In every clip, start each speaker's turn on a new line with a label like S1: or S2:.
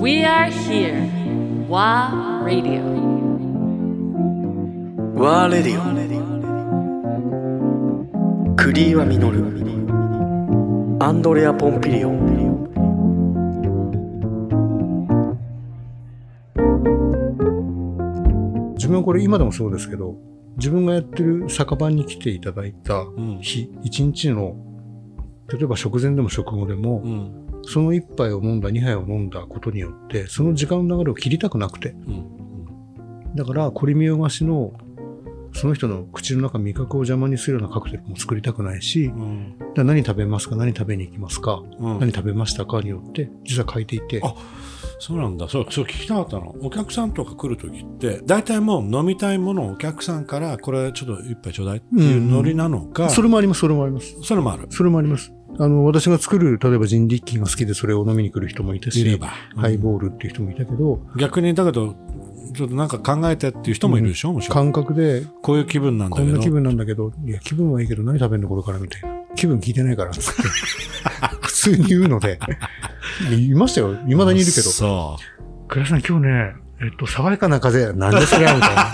S1: We are here. WA Radio.
S2: ワーレディオクリーワミノルアンドレア・ポンピリオン
S3: 自分はこれ今でもそうですけど自分がやってる酒場に来ていただいた
S2: うん
S3: 日一日の例えば食前でも食後でも、
S2: うん
S3: その1杯を飲んだ2杯を飲んだことによってその時間の流れを切りたくなくて
S2: うん
S3: だからこり見よがしのその人の口の中味覚を邪魔にするようなカクテルも作りたくないし、
S2: うん
S3: だから何食べますか何食べに行きますか、
S2: うん
S3: 何食べましたかによって実は変えていて
S2: あそうなんだそうそう聞きたかったのお客さんとか来る時って大体もう飲みたいものをお客さんからこれちょっと一杯ちょうだいっていうノリなのか、
S3: それもありますそれもあります
S2: それもある
S3: それもありますあの私が作る例えばジンリッキーが好きでそれを飲みに来る人もいたし
S2: いれば
S3: ハイボールっていう人もいたけど、
S2: 逆にだけどちょっとなんか考えてっていう人もいるでしょ、もちろん
S3: 感覚で
S2: こういう気分なんだ
S3: こ
S2: け
S3: ん
S2: ど
S3: な気分なんだけど、いや、気分はいいけど何食べるのこれからみたいな。気分聞いてないから、つって。 普通に言うので。いましたよ。未だにいるけど。
S2: そ
S3: 倉さん、今日ね、えっと、爽やかな風、なんでそれやみたいな。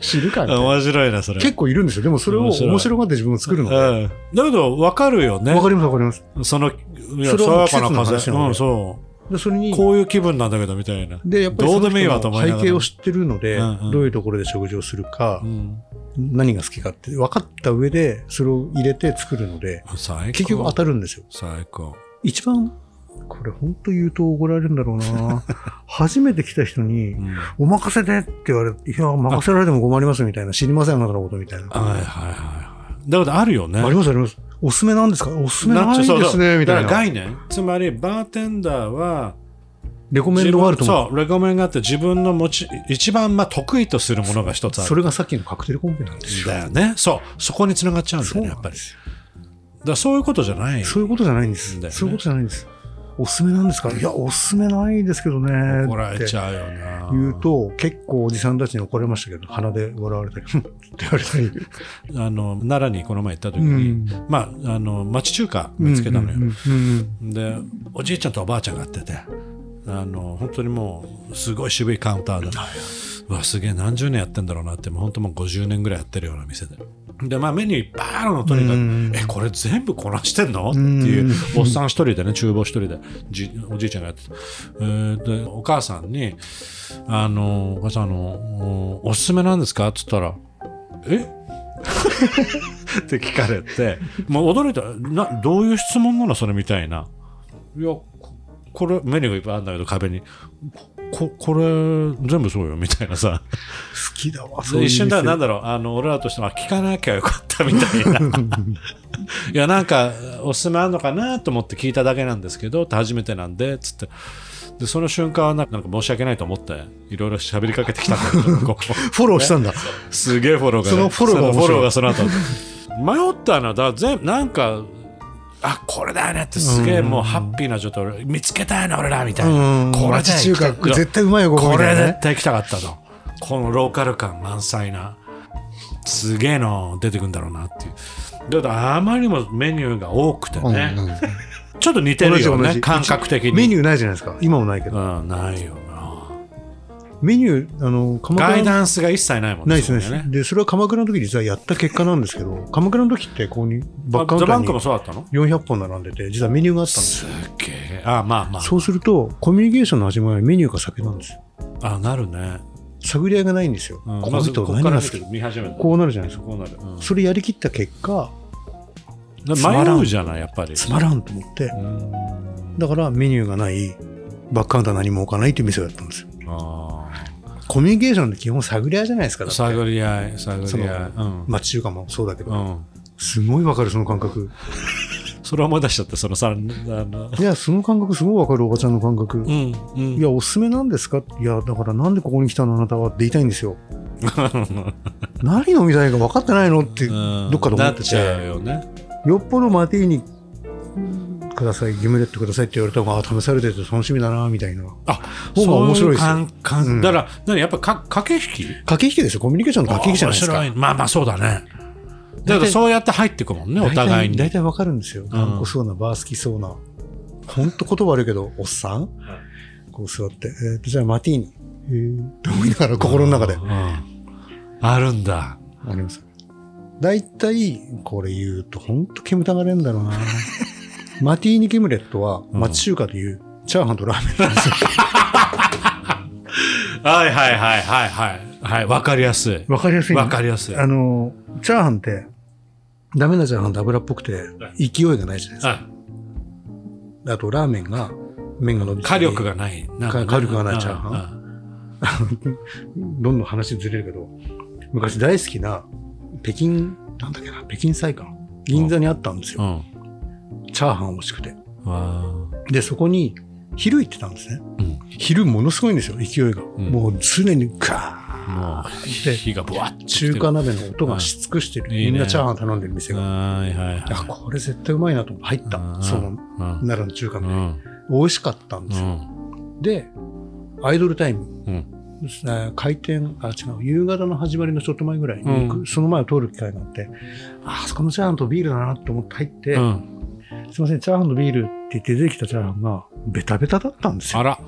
S3: 知るか
S2: う
S3: ね。
S2: 面白いなそれ
S3: 結構いるんですよ。でもそれを
S2: 面白い
S3: 面白がって自分を作るので。わ、
S2: うん、だけど分かるよね
S3: かりますわかります。
S2: そのいや
S3: それ
S2: 爽
S3: は
S2: やかな
S3: 季
S2: 風
S3: 節の話なので
S2: うんそ
S3: で、それに
S2: う、こういう気分なんだけどみたいな
S3: で、やっぱり
S2: ど
S3: そう
S2: で
S3: の
S2: もいいわと
S3: 人の
S2: 思いなが
S3: 背
S2: ら
S3: 景を知ってるので、
S2: うんうん
S3: どういうところで食事をするか
S2: う、ん
S3: 何が好きかって分かった上で、それを入れて作るので、
S2: 最高
S3: 結局当たるんですよ。
S2: 最高
S3: 一番、これ本当言うと怒られるんだろう な初めて来た人に
S2: う、んはい
S3: お任せでって言われて、いや、任せられても困りますみたいな、知りません、あなたのことみたいな。
S2: はいはいはいだけどあるよね
S3: ありますあります。おすすめなんですかおすすめないで
S2: そうそ
S3: す
S2: う
S3: ね、みたい
S2: だか
S3: な。
S2: ら概念つまりバーテンダーは
S3: レコメンドがあると思う。
S2: そうレコメンがあって自分の持ち一番まあ得意とするものが一つある
S3: それがさっきのカクテルコンペなんですよ。
S2: だよねそうそこにつながっちゃうんだ
S3: そう
S2: よね
S3: な
S2: やっ
S3: ん
S2: ぱり
S3: で
S2: だか
S3: すよ
S2: らそういうことじゃない
S3: そういうことじゃないんです。
S2: だよね
S3: そういうことじゃないんです。おすすめなんですかいや、おすすめないですけどね。
S2: 怒られち
S3: う。
S2: ゃうよな
S3: 言うと、結構おじさんたちに怒られましたけど、鼻で笑われたり、ふん って言われたり。
S2: あの奈良にこの前行った時に、
S3: うん
S2: まああの町中華見つけたのよ、
S3: うんうんうん うん
S2: でおじいちゃんとおばあちゃんがやっててあの本当にもうすごい渋いカウンターで、うわすげえ何十年やってんだろうなってもう本当もう50年ぐらいやってるような店ででまあメニューいっぱいあるのとにかく、
S3: うん
S2: えこれ全部こなしてんのっていうおっさん一人でね厨房一人でじおじいちゃんがやってて、えーでお母さんに「あのお母さんあのおおすすめなんですか?」っつったら「えって聞かれて、もう驚いた。な、どういう質問なのそれみたいな。いや、ここれ、メニューがいっぱいあるんだけど、壁に。こ、ここれ、全部そうよ、みたいなさ。
S3: 好きだわ、 そういう
S2: 一瞬だ、
S3: 店
S2: なんだろう、あの、俺らとしては聞かなきゃよかったみた いな。いや、なんか、おすすめあるのかなと思って聞いただけなんですけど、って初めてなんで、つって。で、その瞬間はなんか、なんか申し訳ないと思って、いろいろ喋りかけてきたんだけど、こう
S3: フォローしたんだ。
S2: すげえフォローが、
S3: そのフォローが面
S2: その
S3: 白い
S2: フォローがその後迷ったのはだから全部なんかあこれだよねってすげえもうハッピーな状態俺見つけたいな俺らみたいなこれだよ
S3: 町中華、
S2: 行きたい
S3: 絶対うまいよ、ここ
S2: こ
S3: みた
S2: れ
S3: いな
S2: 絶
S3: ね。
S2: 対行きたかったとこのローカル感満載なすげえの出てくんだろうなっていうだからあまりにもメニューが多くてね、
S3: うんうん
S2: ちょっと似てる
S3: 同
S2: よ
S3: じ同
S2: ね
S3: じ
S2: 感覚的に
S3: メニューないじゃないですか。今もないけど。
S2: うんないよな
S3: メニュー、あの、鎌
S2: ガ
S3: 倉
S2: イダンスが一切ないもん
S3: ないですね
S2: そうだよ。
S3: で、それは鎌倉の時に実はやった結果なんですけど、鎌倉の時ってここにバックカ
S2: あ
S3: ウ
S2: ザ
S3: ンタ
S2: バ
S3: ー
S2: ンクも
S3: に
S2: そうだったの
S3: 400本並んでて、実はメニューがあったんです。
S2: すっげえあまあまあ
S3: そうすると、コミュニケーションの始まりはメニューが先なんですよ。
S2: あなるね、
S3: 探り合いがないんですよ。
S2: うん
S3: こ
S2: ま
S3: の
S2: ず
S3: 人
S2: こ
S3: 何
S2: っから
S3: が
S2: 見
S3: 好
S2: て
S3: き
S2: 見始める
S3: こうなるじゃないですか。
S2: こうなる、うん
S3: それやりきった結果、
S2: だから迷うじゃないやっぱり
S3: つまらんと思って、
S2: うん
S3: だからメニューがない、バックカウンター何も置かないっていう店をやったんですよ。
S2: あ
S3: コミュニケーションって基本探り合いじゃないですか。
S2: ー
S3: だって
S2: 探り合い探
S3: そ
S2: り合い
S3: の、町中華もそうだけ
S2: う
S3: ど、
S2: ん、うん、
S3: すごいわかる、その感覚。
S2: それを思い出しちゃってそのさあの
S3: いや、その感覚すごいわかる、おばちゃんの感覚
S2: う。んう
S3: い
S2: ん
S3: や、おすすめなんですかいや、だからなんでここに来たのあなたはって言いたいんです よ。何飲みたいか分かってないのって、
S2: うん
S3: どっかで思って
S2: なちゃ
S3: て、
S2: うよね
S3: よっぽどマティーニください、ギムレットくださいって言われた方が、あ試されてて楽しみだな、みたいな。
S2: あ
S3: 方が面白いですよ
S2: そうう感感
S3: うん
S2: だから何やっぱか駆け引き
S3: 駆け引きですよ、コミュニケーションの駆け引きじゃないです
S2: あ
S3: か
S2: 面。白いまあまあそうだねだからそうやって入ってくもんね、お互いに。
S3: 大体わかるんですよ。頑固そうな、バー好きそうな。ほんと言葉悪いけど、おっさんこう座って。えーと、じゃあマティーニ。えー、と思いながら心の中で
S2: う。んあるんだ。
S3: あります。大体、これ言うと、ほんと煙たがれんだ ろうな。マティーニキムレットは、
S2: ん
S3: 町中華で言う、チャーハンとラーメンなんですよ。
S2: はいはいはいはいはい。はい、わかりやすい。
S3: わかりやすいね
S2: わかりやすい。
S3: あの、チャーハンって、ダメなチャーハンって油っぽくて、勢いがないじゃないですか。
S2: あ
S3: あと、ラーメンが、麺が伸びて
S2: 火力がない。なんかね
S3: 火力がないチャーハン
S2: うん
S3: どんどん話ずれるけど、昔大好きな、北京、なんだっけな、北京菜館。銀座にあったんです
S2: う
S3: よ。
S2: ん。
S3: チャーハン欲しくて。
S2: うんわ
S3: で、そこに、昼行ってたんですね。
S2: うん
S3: 昼ものすごいんですよ、勢いが。
S2: ん
S3: もう常にガー
S2: あもう、
S3: で
S2: 火がぶわっと。
S3: 中華。鍋の音がし尽くしてる。
S2: うんいいね
S3: みんなチャーハン頼んでる店が。
S2: はいはいはい。
S3: あ、これ絶対うまいなと思って入った。
S2: うん
S3: その、
S2: うん。
S3: 奈良の中華
S2: う
S3: の、
S2: ん。
S3: 美味しかったんで
S2: う
S3: すよ。
S2: ん。
S3: で、アイドルタイム。
S2: うん。
S3: えー開店、あ、違う、夕方の始まりのちょっと前ぐらいに、
S2: うん
S3: その前を通る機会があって、あ、あそこのチャーハンとビールだなと思って入って、
S2: うん
S3: すいません、チャーハンとビールって言って出てきたチャーハンが、ベタベタだったんです
S2: あ
S3: よ。
S2: ら。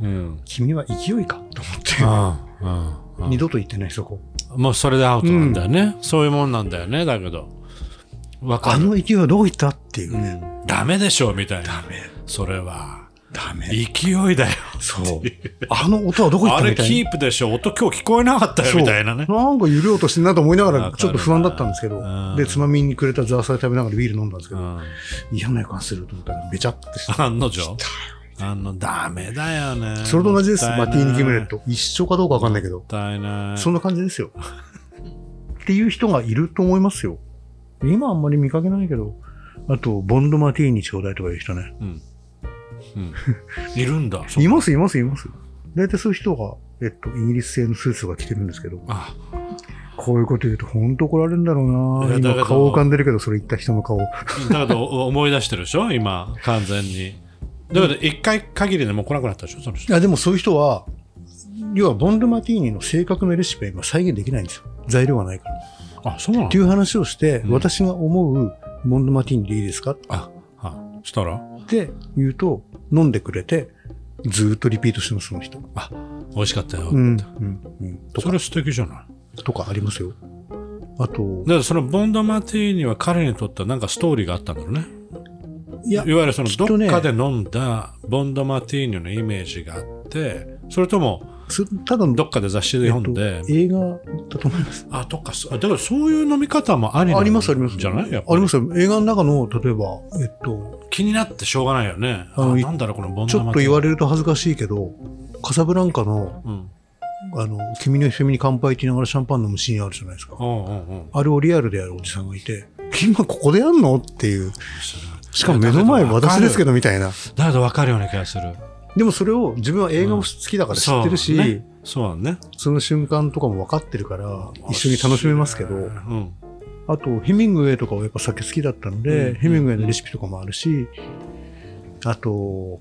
S2: うん。
S3: 君は勢いかと
S2: う
S3: 思って、
S2: んうん
S3: 二度と行ってない、そこ。
S2: もうそれでアウトなんだよね。そういうもんなんだよね。だけど。わか
S3: あ
S2: る。
S3: の勢いはどこ行ったっていうね。
S2: ダメでしょ、みたい
S3: ダ
S2: な。
S3: メ、
S2: それは。
S3: ダメ。
S2: 勢いだよ。
S3: そう。あの音はどこ行っ
S2: あ
S3: た
S2: れ
S3: みたい
S2: キ
S3: な。
S2: ープでしょ音今日聞こえなかったよ
S3: そう
S2: みたいなね
S3: なんか揺れようとしてんなと思いなが
S2: わ
S3: ら
S2: かるな
S3: ちょっと不安だったんですけど
S2: うん、
S3: で、つまみにくれたザーサイ食べながらビール飲んだんですけ
S2: う
S3: ど、
S2: ん
S3: 嫌な予感すると思ったらべちゃってして
S2: 案の定あのダメだよね
S3: それと同じです、
S2: も
S3: マ
S2: った
S3: テ
S2: い
S3: ィー
S2: ない
S3: ニ・キムレット。一緒かどうかわかんないけど
S2: もっ、たいない
S3: そんな感じですよ。っていう人がいると思いますよ。今あんまり見かけないけど、あと、ボンド・マティーニちょうだいとかいう人ね。
S2: うんうんいるん だ
S3: います、います、います。大体そういう人が、えっと、イギリス製のスーツが着てるんですけど、
S2: あ
S3: こういうこと言うと本当怒られるんだろう
S2: い
S3: な
S2: やだけ
S3: 今
S2: ど
S3: 顔浮かんでるけど、それ言った人の顔。
S2: だけどお思い出してるでしょ今完全にだけど一回限りでもう来なくなったでしょその
S3: い
S2: 人
S3: や、でもそういう人は、要はボンド・マティーニの正確なレシピは今再現できないんですよ。材料がないから。
S2: あそうな
S3: っ
S2: の
S3: ていう話をして、
S2: うん
S3: 私が思うモンドマティーニでいいですかっ
S2: あはしたら
S3: て言うと、飲んでくれて、ずーっとリピートしてます、その人。
S2: あ美味しかったよ
S3: うん、うん、うん。と
S2: そ
S3: か、
S2: れ素敵じゃない
S3: とかありますよ。あと
S2: だ、からそのボンド・マティーニは彼にとってはなんかストーリーがあったんだろうね
S3: いや
S2: い、わゆるその
S3: きっ
S2: ど
S3: とね
S2: っかで飲んだボンドマティーニのイメージがあってそれとも
S3: すただの、
S2: どっかで雑誌で読んで、
S3: えっと映画だと思います。
S2: あどっかそあだからそういう飲み方もありなの
S3: あります、あります。
S2: じゃないやっぱり
S3: ありますよ。映画の中の、例えば、えっと、
S2: 気になってしょうがないよね
S3: あの
S2: あ
S3: い
S2: なんだろうこのボン
S3: ち
S2: ド
S3: ょっ
S2: マ
S3: と
S2: ティーニ
S3: 言われると恥ずかしいけど、カサブランカの、
S2: うん
S3: あの、君の瞳に乾杯って言いながらシャンパン飲むシーンあるじゃないですか。
S2: うんうんうん
S3: あれをリアルでやるおじさんがいて、今ここでやんのっていう。しかも目の前私ですけ
S2: ど
S3: どみたいな。
S2: だけど分かるような気がする
S3: でもそれを自分は映画も好きだから知ってるし、
S2: そ,、
S3: そう
S2: ね、そうだね
S3: の瞬間とかも分かってるから、一緒に楽しめますけ
S2: う
S3: ど、
S2: ん
S3: あとヘミングウェイとかはやっぱ酒好きだったので、
S2: うん
S3: ヘミングウェイのレシピとかもあるし、あと、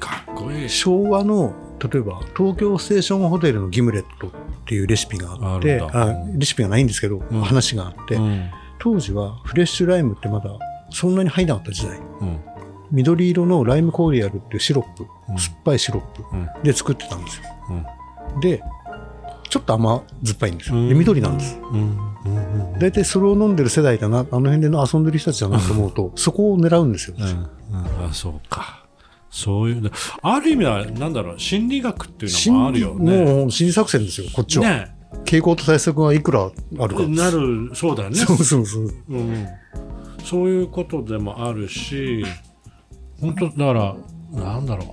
S2: かっこいい
S3: 昭和の、例えば東京ステーションホテルのギムレットっていうレシピがあって、
S2: あるんだ
S3: あレシピがないんですけど、
S2: ん
S3: 話があって、
S2: うん
S3: 当時はフレッシュライムってまだそんなに入らなかった時代。
S2: うん
S3: 緑色のライムコーリアルっていうシロップ、
S2: うん
S3: 酸っぱいシロップ
S2: うん
S3: で作ってたんですよ。
S2: うん
S3: で、ちょっと甘酸っぱいんです
S2: う
S3: よ。
S2: ん
S3: で、緑なんです。
S2: うんうん
S3: 大体それを飲んでる世代だな、あの辺での遊んでる人たちだなと思うと、そこを狙うんですよ。
S2: うんうん、あそうかそういうある意味はなんだろう心理学っていうのも
S3: 心
S2: ある
S3: 理
S2: よね。
S3: もう心理作戦ですよ、こっちは。
S2: ね
S3: 傾向と対策がいくらあるか。
S2: なるそうだよね
S3: そうそうそう。
S2: うん、そういうことでもあるし本当だからなんだろ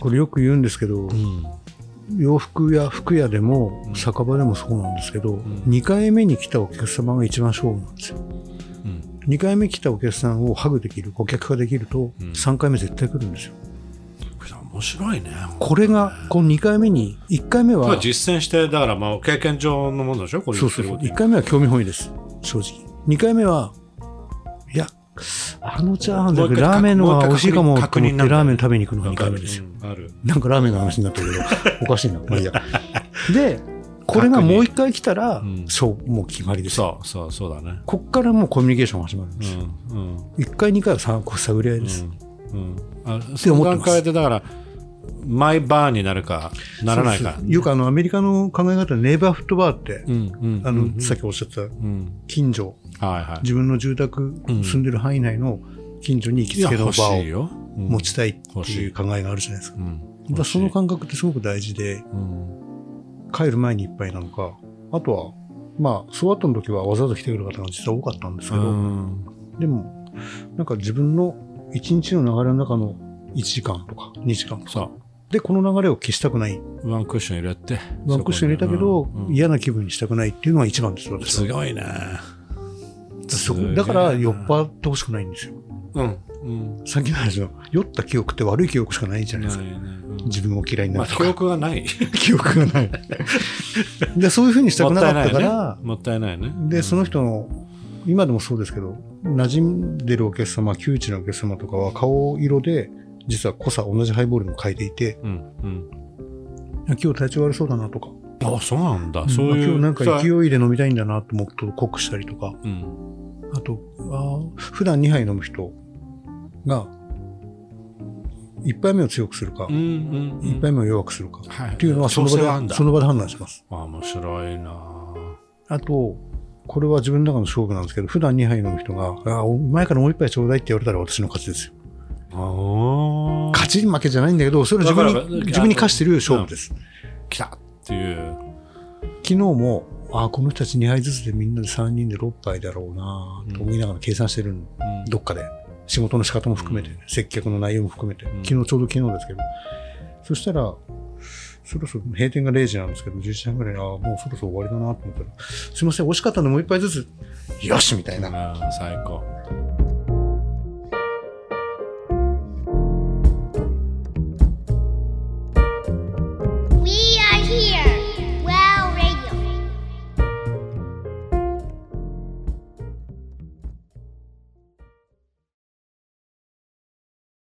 S3: これよく言うんですけど
S2: う、う、ん、
S3: 洋服や服屋でも
S2: ん
S3: 酒場でもそうなんですけど、
S2: ん
S3: 2回目に来たお客様が一番勝負なんですよ。
S2: うん
S3: 2回目来たお客さんをハグできる顧客ができると、
S2: うん
S3: 3回目絶対来るんですよ
S2: これ面白いね
S3: これがこの2回目に1回目
S2: こ
S3: は
S2: れ実践してだからまあ経験上のものでしょこれ
S3: そう
S2: 言っ
S3: そ
S2: て
S3: う
S2: る
S3: そう
S2: こと
S3: 1回目は興味本位です正直2回目はいやあのチャーハンだけどラーメンの方が美味しいかもと
S2: 確
S3: 思
S2: 認
S3: っ
S2: な
S3: て
S2: んだ
S3: ラーメン食べに行くのが2
S2: わか
S3: 回目
S2: る
S3: ですよ
S2: うんある
S3: なんかラーメンの話になったけどおかしいなまあいいやでこれがもう一回来たら、
S2: うん
S3: そう、もう決まりですよ。
S2: そうそうそうだね
S3: こっからもうコミュニケーションが始まるん
S2: う
S3: ですよ。
S2: んうん
S3: 一、回、二回はさこう探り合いです。
S2: うんあその
S3: 思って
S2: 段
S3: ます
S2: 階でだからマイバーになるかならないか
S3: そうそうよくあの、アメリカの考え方でネイバーフットバーって、
S2: うんうん
S3: あ
S2: うん
S3: の、さっきおっしゃった
S2: うん
S3: 近所、
S2: はいはい
S3: 自分の住宅、
S2: うん
S3: 住んでる範囲内の近所に行きつけのバ
S2: いや欲しい
S3: ーを
S2: ようん
S3: 持ちたいっていう考えがあるじゃないですか。
S2: うん
S3: だからその感覚ってすごく大事で、
S2: うん
S3: 帰る前にいっぱいなのか、あとは、まあ、ソワットの時はわざわざ来てくる方が実は多かったんですけ
S2: う
S3: ど、
S2: ん
S3: でも、なんか自分の一日の流れの中の1時間とか2時間とか、
S2: そ
S3: で、この流れを消したくない。
S2: うワンクッション入れて
S3: ワンクッション入れたけど、
S2: そこにうんうん
S3: 嫌な気分にしたくないっていうのが一番です、私
S2: す
S3: は。
S2: ごいね
S3: そこだから酔っ
S2: っ
S3: 払ってほしくないんですよ。
S2: うんうん
S3: さっきの話の、酔った記憶って悪い記憶しかないじゃないですか。
S2: ないねうん
S3: 自分を嫌いに
S2: ま
S3: なる
S2: あ
S3: と
S2: 記
S3: か、
S2: 憶がない
S3: 記憶がない。 で、そういうふうにしたくなかったから、
S2: もったいないね
S3: で、その人の、今でもそうですけど、馴染んでるお客様、窮地のお客様とかは顔色で、実は濃さ、同じハイボールも変えていて、
S2: うんうん
S3: 今日体調悪そうだなとか、
S2: あそうなんだそういう
S3: 今日なんか
S2: さ
S3: 勢いで飲みたいんだなと思って濃くしたりとか、
S2: うん
S3: あと、あー普段2杯飲む人が、1杯目を強くするか
S2: う、んうん
S3: 1杯目を弱くするか、
S2: はい
S3: っていうのはその場
S2: 調整はあん
S3: で、
S2: だ
S3: その場で判断します。
S2: あ面白いなぁ
S3: あと、これは自分の中の勝負なんですけど、普段2杯飲む人が、ああ、お前からもう1杯ちょうだいって言われたら私の勝ちですよ。
S2: ああ
S3: 勝ち負けじゃないんだけど、それは自
S2: わか
S3: 分
S2: るわ
S3: に、
S2: かる
S3: 自分に課してる勝負です。
S2: 来たっていう
S3: 昨日も、ああ、この人たち2杯ずつでみんなで3人で6杯だろうなと思いながら計算してるん
S2: うん
S3: どっかで。仕事の仕方も含めてね、接客の内容も含めて、
S2: ん
S3: 昨日ちょうど昨日ですけど。そしたら、そろそろ閉店が0時なんですけど、11時半ぐらいに、ああ、もうそろそろ終わりだなと思ったら、すいません、惜しかったんでもう一杯ずつ、よしみたいな。
S2: あー最高